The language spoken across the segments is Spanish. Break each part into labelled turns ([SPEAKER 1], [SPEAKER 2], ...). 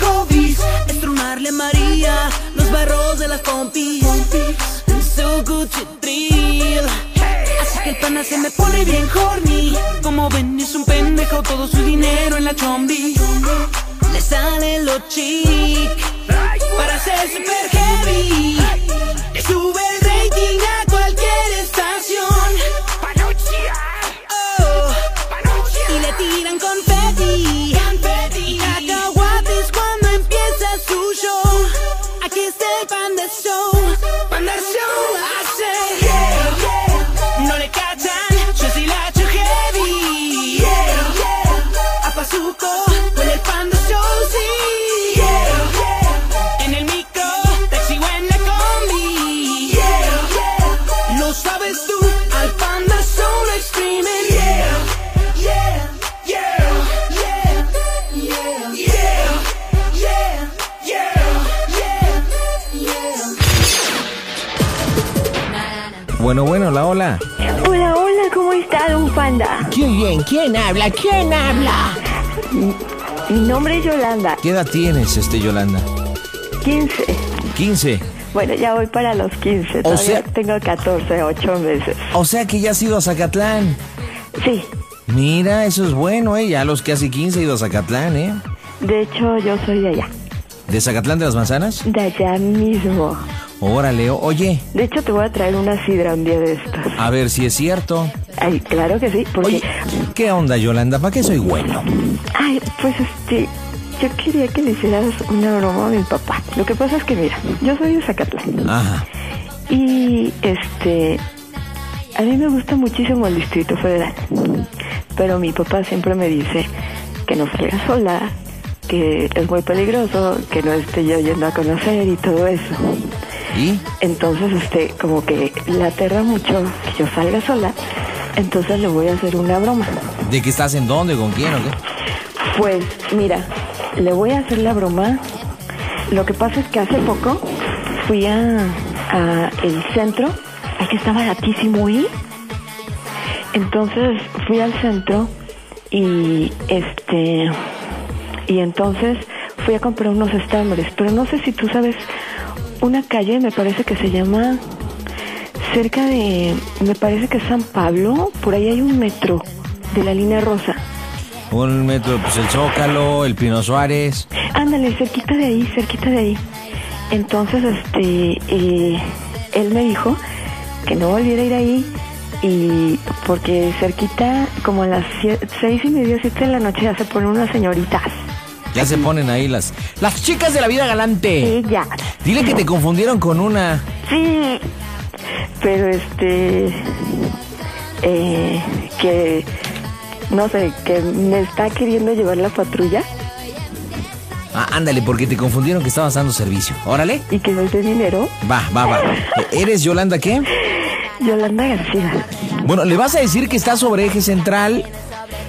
[SPEAKER 1] hobbies Es tronarle a María Los barros de las pompis En su Gucci drill Así que el pana se me pone bien horny Como ven es un pendejo Todo su dinero en la chombi Le sale lo chic Para ser super heavy Le sube el rating a cualquier estación Oh, y le tiran confeti Y cacahuates cuando empieza su show Aquí está el Panda Show Panda Show hace No le cachan, yo sí la echo heavy A Pazuco con el Panda Show, sí En el micro, taxi o en la combi Lo sabes tú, al Panda Show lo exprimen Yeah, yeah, yeah, yeah, yeah, yeah, yeah, yeah.
[SPEAKER 2] Bueno, bueno, hola, hola.
[SPEAKER 3] Hola, hola, ¿cómo está, don Panda?
[SPEAKER 4] ¿Quién? ¿Quién habla? ¿Quién habla?
[SPEAKER 3] Mi nombre es Yolanda,
[SPEAKER 2] ¿Qué edad tienes, este Yolanda?
[SPEAKER 3] 15.
[SPEAKER 2] 15.
[SPEAKER 3] Bueno, ya voy para los 15, todavía
[SPEAKER 2] sea-
[SPEAKER 3] tengo 14, 8 meses.
[SPEAKER 2] O sea que ya has ido a Zacatlán.
[SPEAKER 3] Sí,
[SPEAKER 2] Mira, eso es bueno, ¿eh? Ya los que hace 15 he ido a Zacatlán, ¿eh?
[SPEAKER 3] de hecho, yo soy de allá,
[SPEAKER 2] ¿De Zacatlán de las Manzanas?
[SPEAKER 3] de allá mismo.
[SPEAKER 2] Órale, o- oye,
[SPEAKER 3] De hecho, te voy a traer una sidra un día de estos.
[SPEAKER 2] a ver si es cierto.
[SPEAKER 3] Ay, claro que sí, porque...
[SPEAKER 2] Oye, ¿qué onda, Yolanda? ¿Para qué soy bueno?
[SPEAKER 3] Ay, pues este... Yo quería que le hicieras una broma a mi papá. Lo que pasa es que, mira, yo soy de Zacatlán.
[SPEAKER 2] Ajá.
[SPEAKER 3] Y este, a mí me gusta muchísimo el Distrito Federal, pero mi papá siempre me dice que no salga sola, que es muy peligroso, que no esté yo yendo a conocer y todo eso.
[SPEAKER 2] ¿Y?
[SPEAKER 3] Entonces, este, como que le aterra mucho que yo salga sola, entonces le voy a hacer una broma.
[SPEAKER 2] ¿De qué estás en dónde? ¿Con quién o qué?
[SPEAKER 3] Pues, mira, le voy a hacer la broma. Lo que pasa es que hace poco fui a, a el centro. Ay, que está baratísimo, ¿eh? Entonces fui al centro y este y entonces fui a comprar unos estambres, pero no sé si tú sabes una calle, me parece que se llama cerca de me parece que es San Pablo, por ahí hay un metro de la línea rosa.
[SPEAKER 2] Un metro, pues el Zócalo, el Pino Suárez.
[SPEAKER 3] Ándale, cerquita de ahí, cerquita de ahí. Entonces, este, eh, él me dijo que no volviera a ir ahí y porque cerquita, como a las sie- seis y media, siete de la noche, ya se ponen unas señoritas.
[SPEAKER 2] Ya se ponen ahí las...
[SPEAKER 4] Las chicas de la vida galante.
[SPEAKER 3] Ellas.
[SPEAKER 2] Dile que te confundieron con una...
[SPEAKER 3] Sí. Pero este, eh, que, no sé, que me está queriendo llevar la patrulla
[SPEAKER 2] Ah, ándale, porque te confundieron que estabas dando servicio. Órale.
[SPEAKER 3] y que no es de dinero.
[SPEAKER 2] Va, va, va. Eh, ¿Eres Yolanda qué?
[SPEAKER 3] Yolanda García.
[SPEAKER 2] Bueno, le vas a decir que está sobre eje central,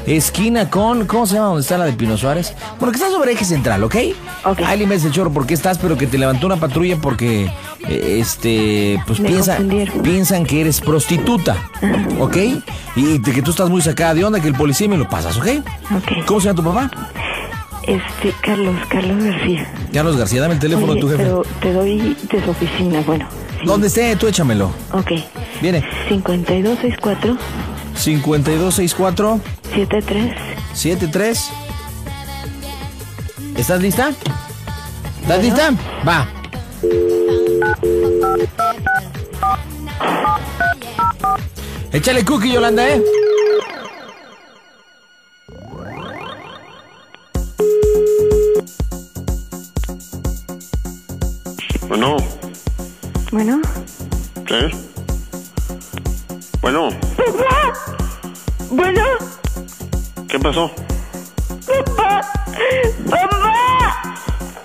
[SPEAKER 2] esquina con. ¿Cómo se llama donde está la de Pino Suárez? Bueno, que está sobre eje central, ¿ok?
[SPEAKER 3] Ok.
[SPEAKER 2] Ahí le ves el chorro, ¿por qué estás? Pero que te levantó una patrulla porque. eh, Este. Pues
[SPEAKER 3] Me
[SPEAKER 2] piensa,
[SPEAKER 3] confundieron.
[SPEAKER 2] piensan que eres prostituta, ¿ok? Y de que tú estás muy sacada de onda, que el policía me lo pasas, ¿ok?
[SPEAKER 3] Ok.
[SPEAKER 2] ¿Cómo se llama tu papá?
[SPEAKER 3] Este, Carlos, Carlos García.
[SPEAKER 2] Carlos García, dame el teléfono
[SPEAKER 3] Oye,
[SPEAKER 2] de tu jefe.
[SPEAKER 3] Pero te doy de su oficina, bueno. sí.
[SPEAKER 2] ¿Dónde esté? Tú échamelo.
[SPEAKER 3] Ok.
[SPEAKER 2] Viene. 5264
[SPEAKER 3] 5264-73.
[SPEAKER 2] 7-3. ¿Estás lista? ¿Estás lista? Va. Échale cookie, Yolanda, ¿eh?
[SPEAKER 5] Bueno,
[SPEAKER 3] Bueno,
[SPEAKER 5] Pues ¿sí? Bueno,
[SPEAKER 6] ¡Papá! Bueno,
[SPEAKER 5] ¿qué pasó?
[SPEAKER 6] papá, papá,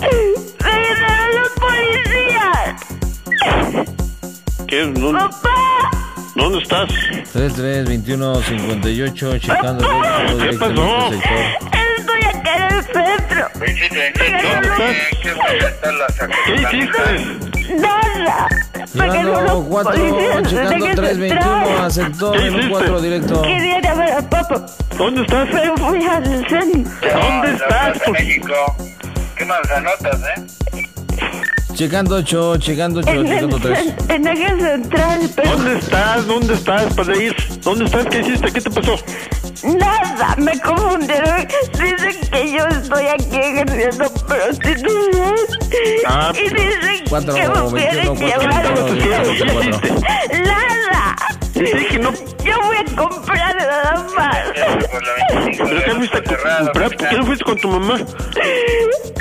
[SPEAKER 6] me ganaron los policías.
[SPEAKER 5] ¿Qué? ¿Dónde,
[SPEAKER 6] Papá,
[SPEAKER 5] dónde estás?
[SPEAKER 2] 3-3, 21, 58, checando el
[SPEAKER 5] ¿Qué pasó?
[SPEAKER 6] estoy acá en el centro. Me ganaron
[SPEAKER 5] ¿Qué hiciste?
[SPEAKER 6] nada. Me ganaron los policías. Dejen entrar.
[SPEAKER 2] aceptó
[SPEAKER 5] ¿Qué en un hiciste? cuatro
[SPEAKER 2] directo.
[SPEAKER 6] Quería llamar a papá,
[SPEAKER 5] ¿Dónde estás?
[SPEAKER 6] pero fui al centro.
[SPEAKER 5] Pues- ¿Dónde estás?
[SPEAKER 7] México.
[SPEAKER 5] qué manzanotas, ¿eh?
[SPEAKER 2] Checando 8, checando 8,
[SPEAKER 6] En,
[SPEAKER 2] checando
[SPEAKER 6] el,
[SPEAKER 2] 3.
[SPEAKER 6] en, en aquel central, pero
[SPEAKER 5] ¿Dónde estás? ¿Dónde estás, Padre? ¿Dónde estás? ¿Qué hiciste? ¿Qué te pasó?
[SPEAKER 6] nada, me confundieron. Dicen que yo estoy aquí ejerciendo prostitución.
[SPEAKER 5] Ah,
[SPEAKER 6] y dicen
[SPEAKER 2] cuatro,
[SPEAKER 6] que me
[SPEAKER 2] veintiuno,
[SPEAKER 6] quieren
[SPEAKER 2] cuatro,
[SPEAKER 6] llevar.
[SPEAKER 5] ¿Qué
[SPEAKER 2] no,
[SPEAKER 5] estabas haciendo? ¿Qué
[SPEAKER 2] cuatro.
[SPEAKER 5] hiciste?
[SPEAKER 6] ¡Nada!
[SPEAKER 5] Dije que no.
[SPEAKER 6] Yo voy a comprar nada más.
[SPEAKER 7] Este,
[SPEAKER 5] ¿Pero qué fuiste a comprar? ¿Por qué no fuiste con tu mamá?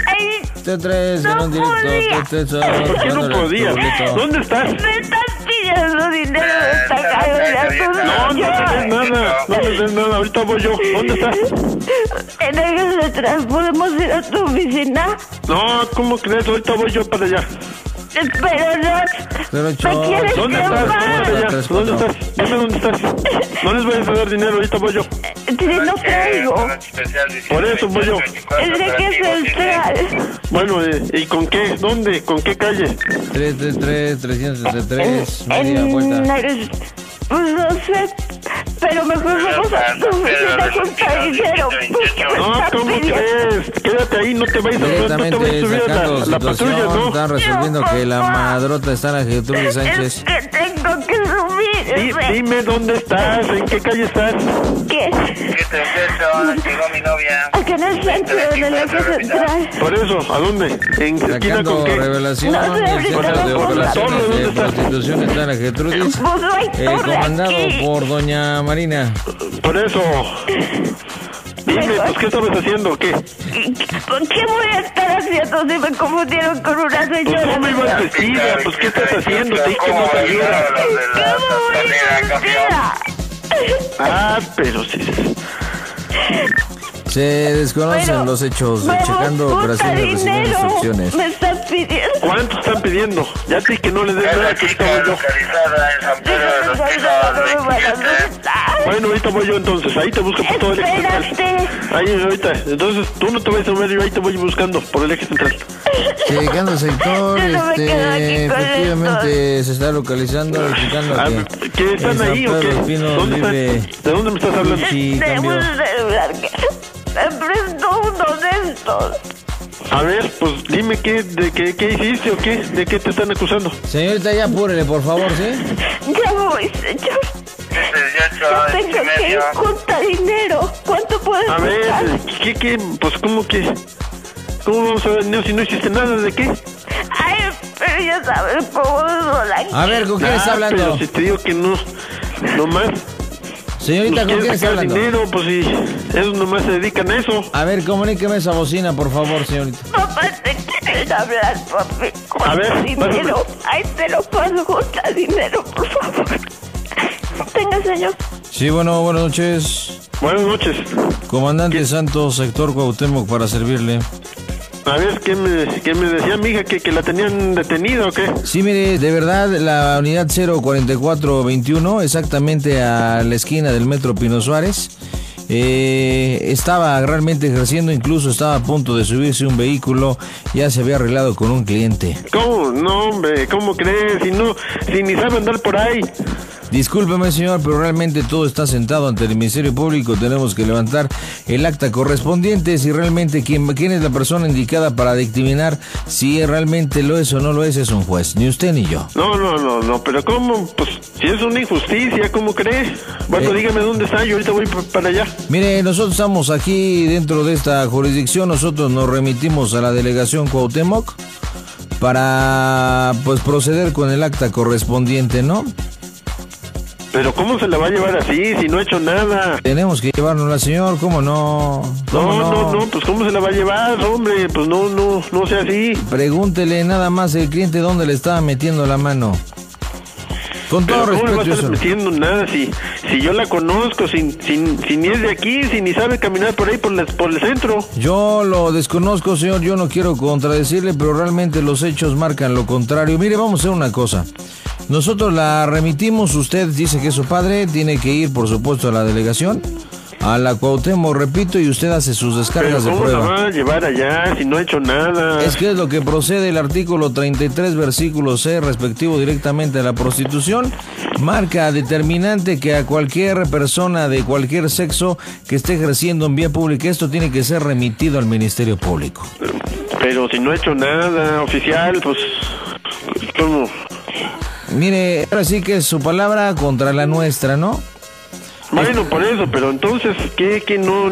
[SPEAKER 6] Ay,
[SPEAKER 2] T3,
[SPEAKER 6] No
[SPEAKER 2] ganó directo. oh,
[SPEAKER 6] podía.
[SPEAKER 2] T3,
[SPEAKER 5] ¿Por qué no podías? ¿Dónde estás?
[SPEAKER 6] me están pidiendo dinero de esta cadena.
[SPEAKER 5] No, no me des nada. No me des nada. Ahorita voy yo. ¿Dónde estás?
[SPEAKER 6] En el detrás podemos ir a tu oficina,
[SPEAKER 5] No, ¿cómo crees? Ahorita voy yo para allá.
[SPEAKER 6] pero no.
[SPEAKER 2] Pero yo-
[SPEAKER 6] ¿Me quieres
[SPEAKER 5] ¿Dónde estás?
[SPEAKER 6] llamar?
[SPEAKER 5] ¿Dónde estás? ¿Dónde estás? Dime dónde estás. No les voy a dar dinero. Ahorita voy yo.
[SPEAKER 6] Si no
[SPEAKER 5] Pues, eh,
[SPEAKER 6] traigo,
[SPEAKER 5] Por eso voy yo.
[SPEAKER 6] es de que central.
[SPEAKER 5] Bueno, eh, ¿y con qué? ¿Dónde? ¿Con qué calle?
[SPEAKER 2] 3, 3, 3, 333, media
[SPEAKER 6] En
[SPEAKER 2] vuelta.
[SPEAKER 6] el. Pues no sé, pero mejor vamos a tu oficina a juntar dinero. Pues, porque me
[SPEAKER 5] No,
[SPEAKER 6] están
[SPEAKER 5] ¿cómo
[SPEAKER 6] pidiendo-
[SPEAKER 5] crees? Quédate ahí, no te vayas a, no te
[SPEAKER 2] Directamente
[SPEAKER 5] vayas a subir a
[SPEAKER 2] sacando
[SPEAKER 5] la, la patrulla,
[SPEAKER 2] situación,
[SPEAKER 5] ¿no?
[SPEAKER 2] están resolviendo que la
[SPEAKER 6] papá.
[SPEAKER 2] madrota está la Gertrudis
[SPEAKER 6] Es
[SPEAKER 2] Sánchez.
[SPEAKER 6] que tengo que
[SPEAKER 5] Di-
[SPEAKER 6] subir.
[SPEAKER 5] dime dónde estás, en qué calle estás.
[SPEAKER 6] ¿Qué?
[SPEAKER 7] ¿Qué te ah, Llegó mi novia.
[SPEAKER 6] Acá en el centro, en el eje central.
[SPEAKER 5] Por eso, ¿a dónde? ¿En qué esquina
[SPEAKER 2] Sacando
[SPEAKER 5] con qué?
[SPEAKER 2] revelación,
[SPEAKER 6] No, no,
[SPEAKER 2] el
[SPEAKER 6] no,
[SPEAKER 2] centro
[SPEAKER 6] no,
[SPEAKER 2] de
[SPEAKER 6] no, no,
[SPEAKER 2] operaciones
[SPEAKER 5] no,
[SPEAKER 2] de
[SPEAKER 5] no, no.
[SPEAKER 2] prostitución está la Gertrudis.
[SPEAKER 6] Pues no hay
[SPEAKER 2] eh,
[SPEAKER 6] torre
[SPEAKER 2] comandado
[SPEAKER 6] aquí.
[SPEAKER 2] por doña Marina.
[SPEAKER 5] Por eso. Dime, pues, ¿qué estabas haciendo o qué?
[SPEAKER 6] ¿Por qué voy a estar haciendo si me confundieron con una
[SPEAKER 5] Pues
[SPEAKER 6] señora?
[SPEAKER 5] no me ibas vestida, pues, ¿qué estás haciendo? Te dije que no salieras.
[SPEAKER 6] ¿Cómo voy a estar vestida?
[SPEAKER 5] Ah, pero sí.
[SPEAKER 2] Se desconocen
[SPEAKER 6] Bueno,
[SPEAKER 2] los hechos,
[SPEAKER 6] me
[SPEAKER 2] checando
[SPEAKER 6] busca
[SPEAKER 2] operaciones, recibiendo
[SPEAKER 6] dinero.
[SPEAKER 2] instrucciones.
[SPEAKER 6] Me estás pidiendo.
[SPEAKER 5] ¿Cuánto están pidiendo? Ya te dije que no les des nada, que ahorita voy yo.
[SPEAKER 7] localizada en San Pedro de
[SPEAKER 6] Déjame
[SPEAKER 7] los
[SPEAKER 6] saber
[SPEAKER 7] Pinos,
[SPEAKER 6] dónde me van a
[SPEAKER 7] 27.
[SPEAKER 6] asustar.
[SPEAKER 5] Bueno, ahorita voy yo entonces, ahí te busco por todo el eje central.
[SPEAKER 6] Espérate.
[SPEAKER 5] Ahí, ahorita. Entonces, tú no te vayas a mover, yo ahí te voy buscando por el eje central.
[SPEAKER 2] Llegando al sector,
[SPEAKER 6] Yo no me
[SPEAKER 2] este,
[SPEAKER 6] quedo aquí con
[SPEAKER 2] efectivamente se está localizando, explicando
[SPEAKER 5] Ah,
[SPEAKER 2] que
[SPEAKER 5] ¿Qué están
[SPEAKER 2] en San
[SPEAKER 5] ahí o
[SPEAKER 2] Pedro
[SPEAKER 5] qué?
[SPEAKER 2] Los Pinos
[SPEAKER 5] ¿Dónde
[SPEAKER 2] vive-
[SPEAKER 5] estás? ¿De dónde me estás hablando?
[SPEAKER 2] Sí,
[SPEAKER 6] Tengo
[SPEAKER 2] cambió.
[SPEAKER 6] un celular que me prestó uno de estos.
[SPEAKER 5] A ver, pues dime qué, de qué, qué hiciste o qué, de qué te están acusando.
[SPEAKER 2] Señorita, ya apúrele, por favor, ¿sí?
[SPEAKER 6] Ya voy, señor.
[SPEAKER 7] 18 años
[SPEAKER 6] Tengo
[SPEAKER 7] y
[SPEAKER 6] que ir
[SPEAKER 7] medio.
[SPEAKER 6] junta dinero. ¿Cuánto puedes
[SPEAKER 5] A ver,
[SPEAKER 6] juntar?
[SPEAKER 5] ¿qué, qué? Pues cómo que, cómo vamos a ver no, si no hiciste nada de qué.
[SPEAKER 6] Ay, pero ya sabes cómo son aquí.
[SPEAKER 2] A ver, ¿con quién está
[SPEAKER 5] Ah,
[SPEAKER 2] hablando?
[SPEAKER 5] Pero si te digo que no, nomás. Pues
[SPEAKER 2] Señorita, ¿con
[SPEAKER 5] quieren
[SPEAKER 2] quién está
[SPEAKER 5] sacar
[SPEAKER 2] hablando?
[SPEAKER 5] dinero, pues si ellos nomás se dedican a eso.
[SPEAKER 2] A ver, comuníqueme esa bocina, por favor, señorita.
[SPEAKER 6] Papá, te quieren hablar, papi. Con
[SPEAKER 5] A ver,
[SPEAKER 6] dinero. Ay, te lo paso, junta dinero, por favor. Tenga, señor.
[SPEAKER 2] Sí, bueno, buenas noches.
[SPEAKER 5] Buenas noches.
[SPEAKER 2] Comandante Santos, sector Cuauhtémoc, para servirle.
[SPEAKER 5] A ver, ¿qué me, qué me decía mi hija? ¿Que, que la tenían detenida o qué?
[SPEAKER 2] Sí, mire, de verdad, la unidad 04421, exactamente a la esquina del metro Pino Suárez, eh, estaba realmente ejerciendo, incluso estaba a punto de subirse un vehículo, ya se había arreglado con un cliente.
[SPEAKER 5] ¿Cómo? No, hombre, ¿cómo crees? Si no, si ni sabe andar por ahí.
[SPEAKER 2] Discúlpeme, señor, pero realmente todo está sentado ante el Ministerio Público. Tenemos que levantar el acta correspondiente si realmente quién, quién es la persona indicada para dictaminar si realmente lo es o no lo es, es un juez, ni usted ni yo.
[SPEAKER 5] No, no, no, no, pero ¿cómo? Pues si es una injusticia, ¿cómo crees? Bueno,
[SPEAKER 2] Eh.
[SPEAKER 5] dígame dónde está, yo ahorita voy pa- para allá.
[SPEAKER 2] Mire, nosotros estamos aquí dentro de esta jurisdicción, nosotros nos remitimos a la delegación Cuauhtémoc para pues proceder con el acta correspondiente, ¿no?
[SPEAKER 5] Pero ¿cómo se la va a llevar así si no ha hecho nada?
[SPEAKER 2] Tenemos que llevárnosla, señor, ¿cómo no? ¿Cómo
[SPEAKER 5] No, no, no, pues ¿cómo se la va a llevar, hombre? Pues no, no, no sea así.
[SPEAKER 2] Pregúntele nada más el cliente dónde le estaba metiendo la mano. Con
[SPEAKER 5] Pero
[SPEAKER 2] todo
[SPEAKER 5] ¿cómo le va a
[SPEAKER 2] respeto,
[SPEAKER 5] estar
[SPEAKER 2] eso.
[SPEAKER 5] metiendo nada si, si yo la conozco, si, si, si ni es de aquí, si ni sabe caminar por ahí, por, la- por el centro?
[SPEAKER 2] Yo lo desconozco, señor. Yo no quiero contradecirle, pero realmente los hechos marcan lo contrario. Mire, vamos a hacer una cosa. Nosotros la remitimos. Usted dice que es su padre. Tiene que ir, por supuesto, a la delegación a la Cuauhtémoc, repito, y usted hace sus
[SPEAKER 5] Pero
[SPEAKER 2] descargas de
[SPEAKER 5] ¿cómo la
[SPEAKER 2] prueba.
[SPEAKER 5] va a llevar allá si no ha hecho nada?
[SPEAKER 2] Es que es lo que procede el artículo 33, versículo C, respectivo directamente a la prostitución, marca determinante que a cualquier persona de cualquier sexo que esté ejerciendo en vía pública, esto tiene que ser remitido al Ministerio Público.
[SPEAKER 5] Pero si no ha hecho nada oficial, pues... ¿Cómo?
[SPEAKER 2] Mire, ahora sí que es su palabra contra la nuestra, ¿no?
[SPEAKER 5] Bueno, por eso, pero entonces, ¿qué, qué no...?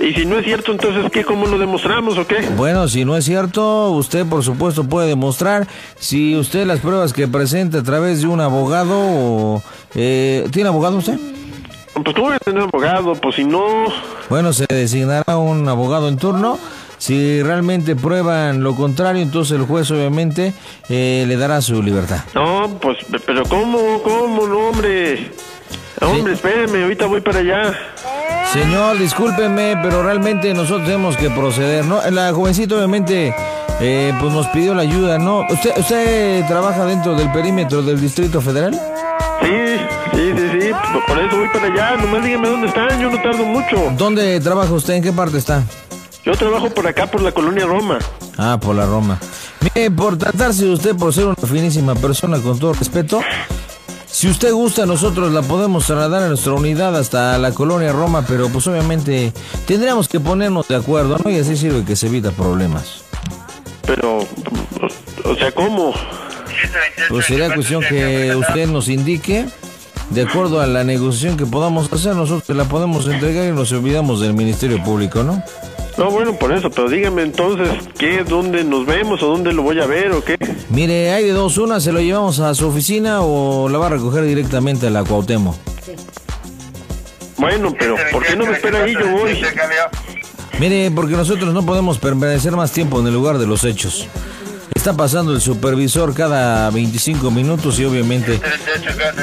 [SPEAKER 5] Y si no es cierto, entonces, ¿qué? ¿Cómo lo demostramos o qué?
[SPEAKER 2] Bueno, si no es cierto, usted por supuesto puede demostrar si usted las pruebas que presenta a través de un abogado o... eh, ¿Tiene abogado usted?
[SPEAKER 5] Pues tú eres un abogado, pues si no...
[SPEAKER 2] Bueno, se designará un abogado en turno. Si realmente prueban lo contrario, entonces el juez obviamente eh, le dará su libertad.
[SPEAKER 5] No, pues, pero ¿cómo? ¿Cómo? No, hombre. Hombre, espérame, ahorita voy para allá.
[SPEAKER 2] Señor, discúlpeme, pero realmente nosotros tenemos que proceder, ¿no? La jovencita obviamente eh, pues nos pidió la ayuda, ¿no? ¿Usted, ¿Usted trabaja dentro del perímetro del Distrito Federal?
[SPEAKER 5] Sí, sí, sí, sí, pues, por eso voy para allá. Nomás dígame dónde están, yo no tardo mucho.
[SPEAKER 2] ¿Dónde trabaja usted? ¿En qué parte está?
[SPEAKER 5] Yo trabajo por acá, por la colonia Roma.
[SPEAKER 2] Ah, por la Roma. Mire, por tratarse de usted, por ser una finísima persona, con todo respeto, si usted gusta, nosotros la podemos trasladar a nuestra unidad hasta la colonia Roma, pero pues obviamente tendríamos que ponernos de acuerdo, ¿no? Y así sirve que se evita problemas.
[SPEAKER 5] Pero, o sea, ¿cómo?
[SPEAKER 2] Pues sería cuestión que usted nos indique, de acuerdo a la negociación que podamos hacer, nosotros la podemos entregar y nos olvidamos del Ministerio Público, ¿no?
[SPEAKER 5] No, bueno, por eso, pero dígame entonces, ¿qué? ¿Dónde nos vemos o dónde lo voy a ver o qué?
[SPEAKER 2] Mire, hay de dos, una, se lo llevamos a su oficina o la va a recoger directamente a la Cuauhtémoc.
[SPEAKER 5] Bueno, pero ¿por qué no me espera ahí? Yo voy.
[SPEAKER 2] Mire, porque nosotros no podemos permanecer más tiempo en el lugar de los hechos. Está pasando el supervisor cada 25 minutos y obviamente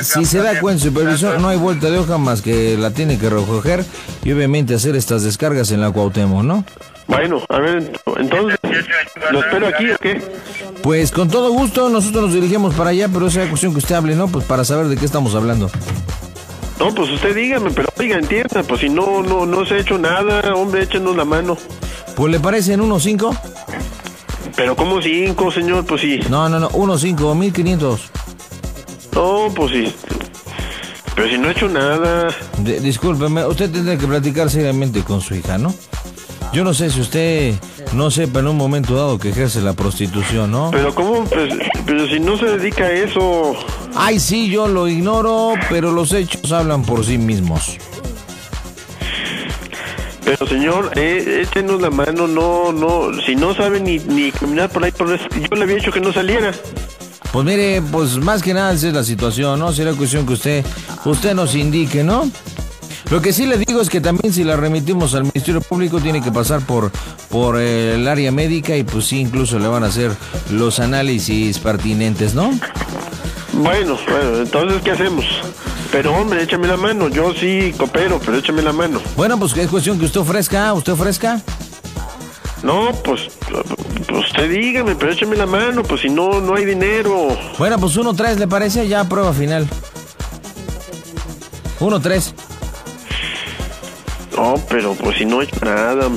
[SPEAKER 2] si se da cuenta el supervisor no hay vuelta de hoja más que la tiene que recoger y obviamente hacer estas descargas en la Cuauhtémoc, ¿no?
[SPEAKER 5] Bueno, a ver, ent- entonces, ¿lo espero aquí o qué?
[SPEAKER 2] Pues con todo gusto nosotros nos dirigimos para allá, pero esa es cuestión que usted hable, ¿no? Pues para saber de qué estamos hablando.
[SPEAKER 5] No, pues usted dígame, pero oiga, entienda, pues si no, no, no se ha hecho nada, hombre, échenos la mano.
[SPEAKER 2] Pues le parecen unos 5?
[SPEAKER 5] Pero como cinco, señor, pues sí.
[SPEAKER 2] No, no, no, unos 5, 1500.
[SPEAKER 5] No, pues sí. Pero si no he hecho nada.
[SPEAKER 2] De- discúlpeme, usted tendrá que platicar seriamente con su hija, ¿no? Yo no sé si usted no sepa en un momento dado que ejerce la prostitución, ¿no?
[SPEAKER 5] Pero cómo, pues, pero si no se dedica a eso.
[SPEAKER 2] Ay, sí, yo lo ignoro, pero los hechos hablan por sí mismos.
[SPEAKER 5] Pero señor, eh, échenos la mano, no, no. Si no sabe ni, ni caminar por ahí, por eso, yo le había dicho que no saliera.
[SPEAKER 2] Pues mire, pues más que nada esa es la situación, ¿no? Será cuestión que usted, usted nos indique, ¿no? Lo que sí le digo es que también si la remitimos al Ministerio Público tiene que pasar por, por eh, el área médica y pues sí, incluso le van a hacer los análisis pertinentes, ¿no?
[SPEAKER 5] Bueno, bueno, entonces, ¿qué hacemos? Pero hombre, échame la mano. Yo sí coopero, pero échame la mano.
[SPEAKER 2] Bueno, pues es cuestión que usted ofrezca, usted ofrezca.
[SPEAKER 5] No, pues, pues usted dígame, pero échame la mano, pues si no, no hay dinero.
[SPEAKER 2] Bueno, pues 1-3, ¿le parece? Ya prueba final. 1-3.
[SPEAKER 5] No, pero pues si no he hecho nada.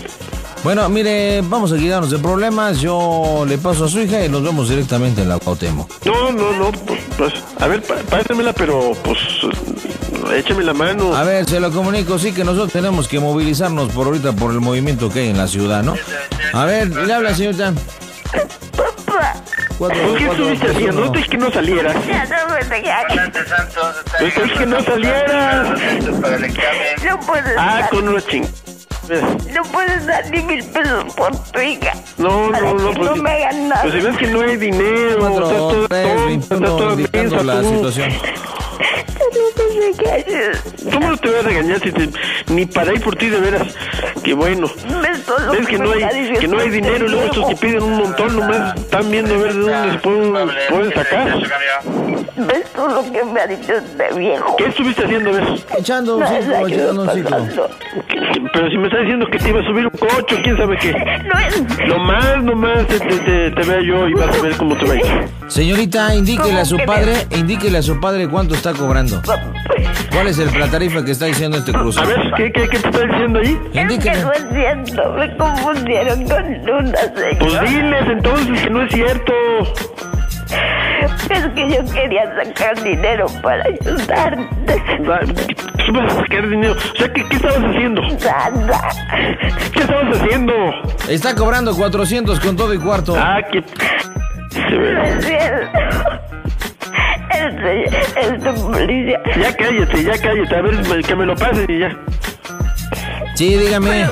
[SPEAKER 2] Bueno, mire, vamos a quitarnos de problemas. Yo le paso a su hija y nos vemos directamente en la Cuauhtémoc.
[SPEAKER 5] No, no, no, pues, pues, a ver, pa- pásemela, pero pues échame la mano.
[SPEAKER 2] A ver, se lo comunico, sí que nosotros tenemos que movilizarnos por ahorita por el movimiento que hay en la ciudad, ¿no? A ver, le habla, señorita. Cuatro,
[SPEAKER 5] ¿Qué
[SPEAKER 2] cuatro,
[SPEAKER 5] estuviste
[SPEAKER 2] tres,
[SPEAKER 5] haciendo?
[SPEAKER 2] uno.
[SPEAKER 5] No te dije que no salieras.
[SPEAKER 6] Ya no me dejan.
[SPEAKER 5] Yo te dije Pues que no salieras.
[SPEAKER 6] No puedes
[SPEAKER 5] Ah,
[SPEAKER 6] dar,
[SPEAKER 5] con una ching.
[SPEAKER 6] no puedes dar ni mil pesos por tu hija.
[SPEAKER 5] No,
[SPEAKER 6] Para
[SPEAKER 5] no, no,
[SPEAKER 6] que
[SPEAKER 5] pues,
[SPEAKER 6] no me hagan nada.
[SPEAKER 5] pues si ves que no hay dinero,
[SPEAKER 2] Cuatro,
[SPEAKER 5] estás
[SPEAKER 2] tres,
[SPEAKER 5] toda tonta, estás
[SPEAKER 2] veintiuno,
[SPEAKER 5] toda
[SPEAKER 2] indicando
[SPEAKER 5] mensa,
[SPEAKER 2] la
[SPEAKER 5] tú.
[SPEAKER 2] situación.
[SPEAKER 6] No sé qué hacer.
[SPEAKER 5] ¿Cómo no te voy a regañar si te- ni para ir por ti de veras? Que bueno.
[SPEAKER 6] Me todo lo
[SPEAKER 5] ¿Ves que no
[SPEAKER 6] me
[SPEAKER 5] hay,
[SPEAKER 6] está diciendo
[SPEAKER 5] que no hay
[SPEAKER 6] este
[SPEAKER 5] dinero? y Luego estos que
[SPEAKER 6] viejo?
[SPEAKER 5] piden un montón nomás están viendo a ver de dónde se pueden, pueden sacar.
[SPEAKER 6] ¿Ves todo lo que me ha dicho este viejo?
[SPEAKER 5] ¿Qué estuviste haciendo, ves?
[SPEAKER 2] Echando un
[SPEAKER 6] Nada
[SPEAKER 2] ciclo,
[SPEAKER 6] que
[SPEAKER 2] echando un
[SPEAKER 6] está
[SPEAKER 2] ciclo.
[SPEAKER 6] pasando.
[SPEAKER 5] Pero si me está diciendo que te iba a subir un coche, quién sabe qué.
[SPEAKER 6] No es...
[SPEAKER 5] Nomás, nomás te, te, te, te vea yo y vas a ver cómo te veis.
[SPEAKER 2] Señorita, indíquele a su
[SPEAKER 6] ¿Cómo
[SPEAKER 2] padre, indíquele a su padre cuánto está cobrando. ¿Cuál es el la tarifa que está diciendo este cruce?
[SPEAKER 5] A ver, ¿qué, qué, qué te está diciendo ahí?
[SPEAKER 6] Es que
[SPEAKER 2] Indíquele.
[SPEAKER 6] no es cierto, me confundieron con una
[SPEAKER 5] Pues
[SPEAKER 6] señora.
[SPEAKER 5] diles entonces que no es cierto.
[SPEAKER 6] Es que yo quería sacar dinero para ayudarte.
[SPEAKER 5] Da- ¿Qué vas a sacar dinero? O sea, ¿qué, qué estabas haciendo?
[SPEAKER 6] Nada.
[SPEAKER 5] ¿Qué estabas haciendo?
[SPEAKER 2] Está cobrando 400 con todo y cuarto.
[SPEAKER 5] Ah, que... Se
[SPEAKER 6] No
[SPEAKER 5] ve.
[SPEAKER 6] es cierto. Este, este policía.
[SPEAKER 5] Ya cállate, ya cállate. A ver, me- que me lo pasen y ya.
[SPEAKER 2] Sí, dígame.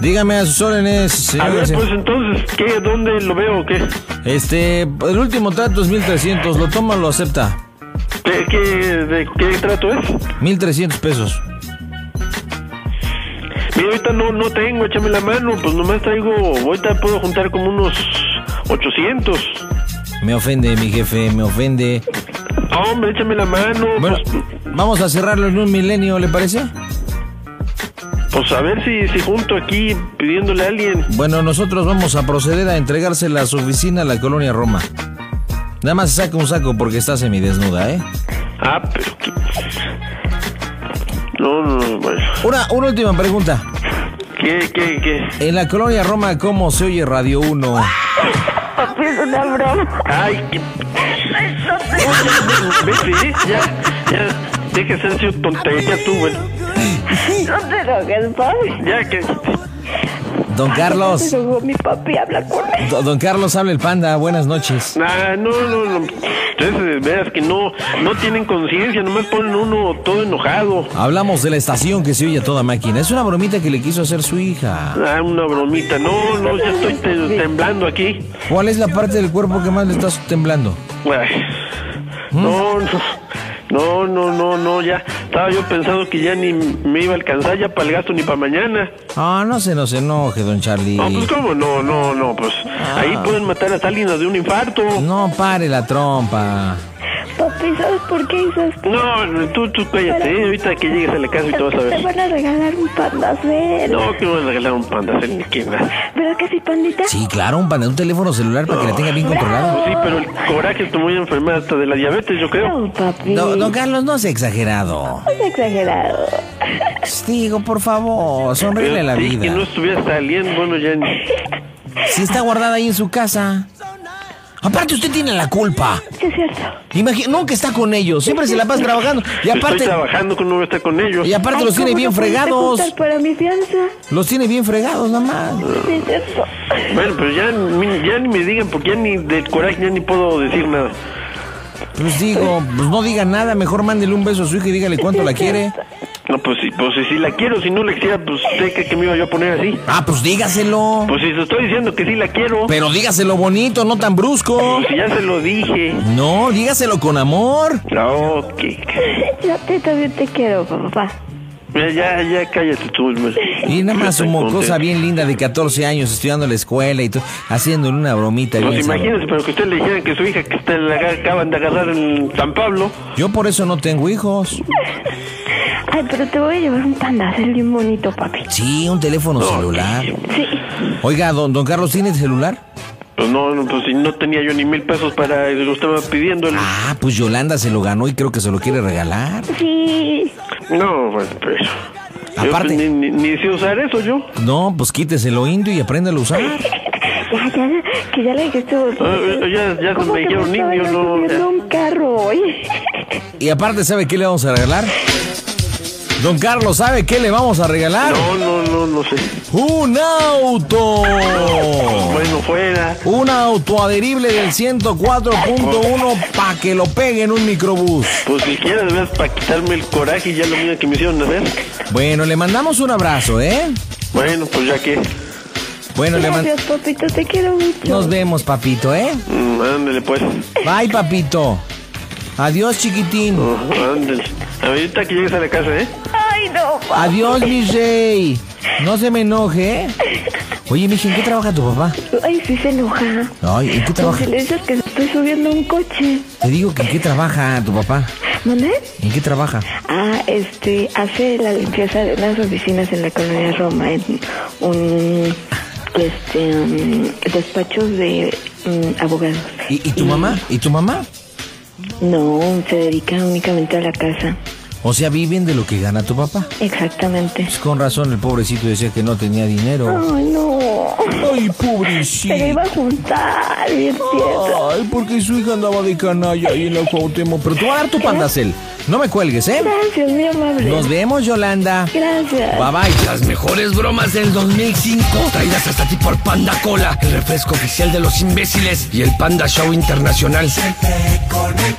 [SPEAKER 2] Dígame a sus órdenes,
[SPEAKER 5] A
[SPEAKER 2] señor
[SPEAKER 5] ver,
[SPEAKER 2] García.
[SPEAKER 5] pues entonces, ¿qué? ¿Dónde lo veo o qué?
[SPEAKER 2] Este, el último trato es 1300, lo toma o lo acepta.
[SPEAKER 5] ¿Qué, qué, de, qué trato es?
[SPEAKER 2] 1300 pesos.
[SPEAKER 5] Mira, ahorita no, no tengo, échame la mano. Pues nomás traigo... Ahorita puedo juntar como unos 800.
[SPEAKER 2] Me ofende, mi jefe, me ofende.
[SPEAKER 5] Ah, Hombre, échame la mano.
[SPEAKER 2] Bueno,
[SPEAKER 5] Pues,
[SPEAKER 2] vamos a cerrarlo en un milenio, ¿le parece?
[SPEAKER 5] pues a ver si, si junto aquí pidiéndole a alguien.
[SPEAKER 2] Bueno, nosotros vamos a proceder a entregársela a su oficina a la colonia Roma. Nada más saca un saco porque está semidesnuda, ¿eh?
[SPEAKER 5] Ah, pero qué... No, no, no, bueno.
[SPEAKER 2] Una, una última pregunta.
[SPEAKER 5] ¿Qué, qué, qué?
[SPEAKER 2] En la colonia Roma, ¿cómo se oye Radio 1?
[SPEAKER 6] Papi, es una broma.
[SPEAKER 5] Ay, qué... Vete, ¿eh? ya, ya. Deja de hacer tontería tú, güey.
[SPEAKER 6] No te enojes, papi.
[SPEAKER 5] Ya que...
[SPEAKER 2] Don Carlos,
[SPEAKER 6] Se enojó mi papi habla con él.
[SPEAKER 2] do- don Carlos habla el panda, buenas noches.
[SPEAKER 5] Nah, no, no, no. Entonces, veas que no, no tienen conciencia, nomás ponen uno todo enojado.
[SPEAKER 2] Hablamos de la estación que se oye a toda máquina. Es una bromita que le quiso hacer su hija.
[SPEAKER 5] Ah, una bromita. No, no, ya estoy te- temblando aquí.
[SPEAKER 2] ¿Cuál es la parte del cuerpo que más le está temblando?
[SPEAKER 5] Ay, No, no. No, no, no, no, ya. Estaba yo pensando que ya ni me iba a alcanzar ya para el gasto ni para mañana.
[SPEAKER 2] Ah, no se nos enoje, don Charlie.
[SPEAKER 5] No, pues cómo, no, no, no, pues
[SPEAKER 2] Ah.
[SPEAKER 5] ahí pueden matar a alguien de un infarto.
[SPEAKER 2] No pare la trompa.
[SPEAKER 6] Papi, ¿sabes por qué hizo esto?
[SPEAKER 5] No, tú, tú cállate, ¿eh? ahorita que llegues a la casa y te vas a
[SPEAKER 6] Te
[SPEAKER 5] ver.
[SPEAKER 6] van a regalar un pandacel.
[SPEAKER 5] No, que me van a regalar un panda, ni quién más.
[SPEAKER 6] ¿Verdad que sí, pandita?
[SPEAKER 2] Sí, claro, un panda, un teléfono celular para que la tenga bien controlada.
[SPEAKER 5] Pues sí, pero el coraje está muy enferma hasta de la diabetes, yo creo.
[SPEAKER 6] No, papi.
[SPEAKER 2] No, don Carlos, no sea exagerado.
[SPEAKER 6] Es exagerado.
[SPEAKER 2] Digo, por favor, sonríele a la
[SPEAKER 5] Pero sí, que
[SPEAKER 2] vida.
[SPEAKER 5] no estuviera saliendo, bueno, ya ni...
[SPEAKER 2] Si está guardada ahí en su casa. Aparte, usted tiene la culpa.
[SPEAKER 6] Sí, es cierto.
[SPEAKER 2] Imagina, nunca está con ellos, siempre se la pasa trabajando. Y
[SPEAKER 5] Estoy
[SPEAKER 2] aparte,
[SPEAKER 5] trabajando con uno, está con ellos.
[SPEAKER 2] y aparte los tiene bien fregados.
[SPEAKER 6] para mi fianza.
[SPEAKER 2] Los tiene bien fregados, nada más.
[SPEAKER 6] Sí, es cierto.
[SPEAKER 5] Bueno, pero ya, ni- ya ni me digan, porque ya ni del coraje ya ni puedo decir nada.
[SPEAKER 2] Pues digo, pues no diga nada, mejor mándele un beso a su hija y dígale cuánto la quiere.
[SPEAKER 5] No, pues, sí, pues sí, si la quiero, si no la quisiera, pues sé que, que me iba yo a poner así.
[SPEAKER 2] Ah, pues dígaselo.
[SPEAKER 5] Pues si te estoy diciendo que sí la quiero,
[SPEAKER 2] Pero dígaselo bonito, no tan brusco.
[SPEAKER 5] pues si ya se lo dije.
[SPEAKER 2] No, dígaselo con amor.
[SPEAKER 5] No, que... que-
[SPEAKER 6] Yo a ti también te quiero, papá.
[SPEAKER 5] Ya, ya, ya, cállate tú. me-
[SPEAKER 2] Y nada más su
[SPEAKER 5] me
[SPEAKER 2] mocosa
[SPEAKER 5] conté.
[SPEAKER 2] bien linda de 14 años estudiando en la escuela y todo, haciéndole una bromita.
[SPEAKER 5] Pues
[SPEAKER 2] bien sabrosa.
[SPEAKER 5] imagínense, pero que usted le dijeran que su hija que usted la aga- acaban de agarrar en San Pablo.
[SPEAKER 2] Yo por eso no tengo hijos.
[SPEAKER 6] Ay, pero te voy a llevar un pandacel bien bonito, papi.
[SPEAKER 2] Sí, un teléfono celular.
[SPEAKER 6] Sí.
[SPEAKER 2] Oiga, don, don Carlos, ¿tiene celular?
[SPEAKER 5] Pues no, no, pues si no tenía yo ni mil pesos para lo que estaba pidiendo. el-
[SPEAKER 2] Ah, pues Yolanda se lo ganó y creo que se lo quiere regalar.
[SPEAKER 6] Sí.
[SPEAKER 5] No, bueno, pero... Yo,
[SPEAKER 2] Aparte-
[SPEAKER 5] pues, ni, ni, ni sé usar eso yo.
[SPEAKER 2] No, pues quíteselo indio y apréndalo a usar.
[SPEAKER 6] Ya, ya, que ya le dijiste.
[SPEAKER 5] Ah, eh, ya- ya
[SPEAKER 6] ¿Cómo
[SPEAKER 5] me
[SPEAKER 6] que
[SPEAKER 5] dijeron
[SPEAKER 6] estaba
[SPEAKER 5] niño,
[SPEAKER 6] yo
[SPEAKER 5] no,
[SPEAKER 6] subiendo
[SPEAKER 5] ya.
[SPEAKER 6] un carro hoy.
[SPEAKER 2] Y aparte, ¿sabe qué le vamos a regalar? Don Carlos, ¿sabe qué le vamos a regalar?
[SPEAKER 5] No, no, no, no sé.
[SPEAKER 2] ¡Un auto! Oh.
[SPEAKER 5] Bueno, fuera.
[SPEAKER 2] Un auto adherible del 104.1 para que lo pegue en un microbús.
[SPEAKER 5] Pues si quieres, ves, para quitarme el coraje y ya lo mío que me hicieron hacer.
[SPEAKER 2] Bueno, le mandamos un abrazo, ¿eh?
[SPEAKER 5] Bueno, pues ya que...
[SPEAKER 2] Bueno, le mandamos...
[SPEAKER 6] Gracias, papito, te quiero mucho.
[SPEAKER 2] Nos vemos, papito, ¿eh?
[SPEAKER 5] Mm, ándale, pues.
[SPEAKER 2] Bye, papito. Adiós, chiquitín.
[SPEAKER 5] Ándale. Ahorita que llegues a la casa, ¿eh?
[SPEAKER 6] Ay, quiero.
[SPEAKER 2] Adiós, mi rey. No se me enoje. ¿eh? Oye, mija, ¿en qué trabaja tu papá?
[SPEAKER 3] Ay, sí se enoja.
[SPEAKER 2] Ay, ¿en qué trabaja?
[SPEAKER 3] Porque le dices que estoy subiendo un coche.
[SPEAKER 2] Te digo que en qué trabaja tu papá.
[SPEAKER 3] ¿Mandé?
[SPEAKER 2] ¿En qué trabaja?
[SPEAKER 3] Ah, este, hace la limpieza de unas oficinas en la colonia Roma, en un, este, um, despachos de um, abogados.
[SPEAKER 2] ¿Y, y tu mamá? ¿Y tu mamá?
[SPEAKER 3] No, se dedica únicamente a la casa.
[SPEAKER 2] O sea, viven de lo que gana tu papá.
[SPEAKER 3] Exactamente.
[SPEAKER 2] Pues con razón el pobrecito decía que no tenía dinero.
[SPEAKER 3] Ay, no.
[SPEAKER 2] Ay,
[SPEAKER 3] Se lo
[SPEAKER 2] pobrecito.
[SPEAKER 3] iba a juntar, bien tierno.
[SPEAKER 2] Ay, porque su hija andaba de canalla ahí en la Cuauhtémoc. Pero tú vas a dar tu pandacel. No me cuelgues, ¿eh?
[SPEAKER 3] Gracias, muy amable.
[SPEAKER 2] Nos vemos, Yolanda.
[SPEAKER 3] Gracias.
[SPEAKER 2] Bye bye.
[SPEAKER 8] Las mejores bromas del 2005 traídas hasta ti por Panda Cola, el refresco oficial de los imbéciles y el Panda Show Internacional.
[SPEAKER 9] Con el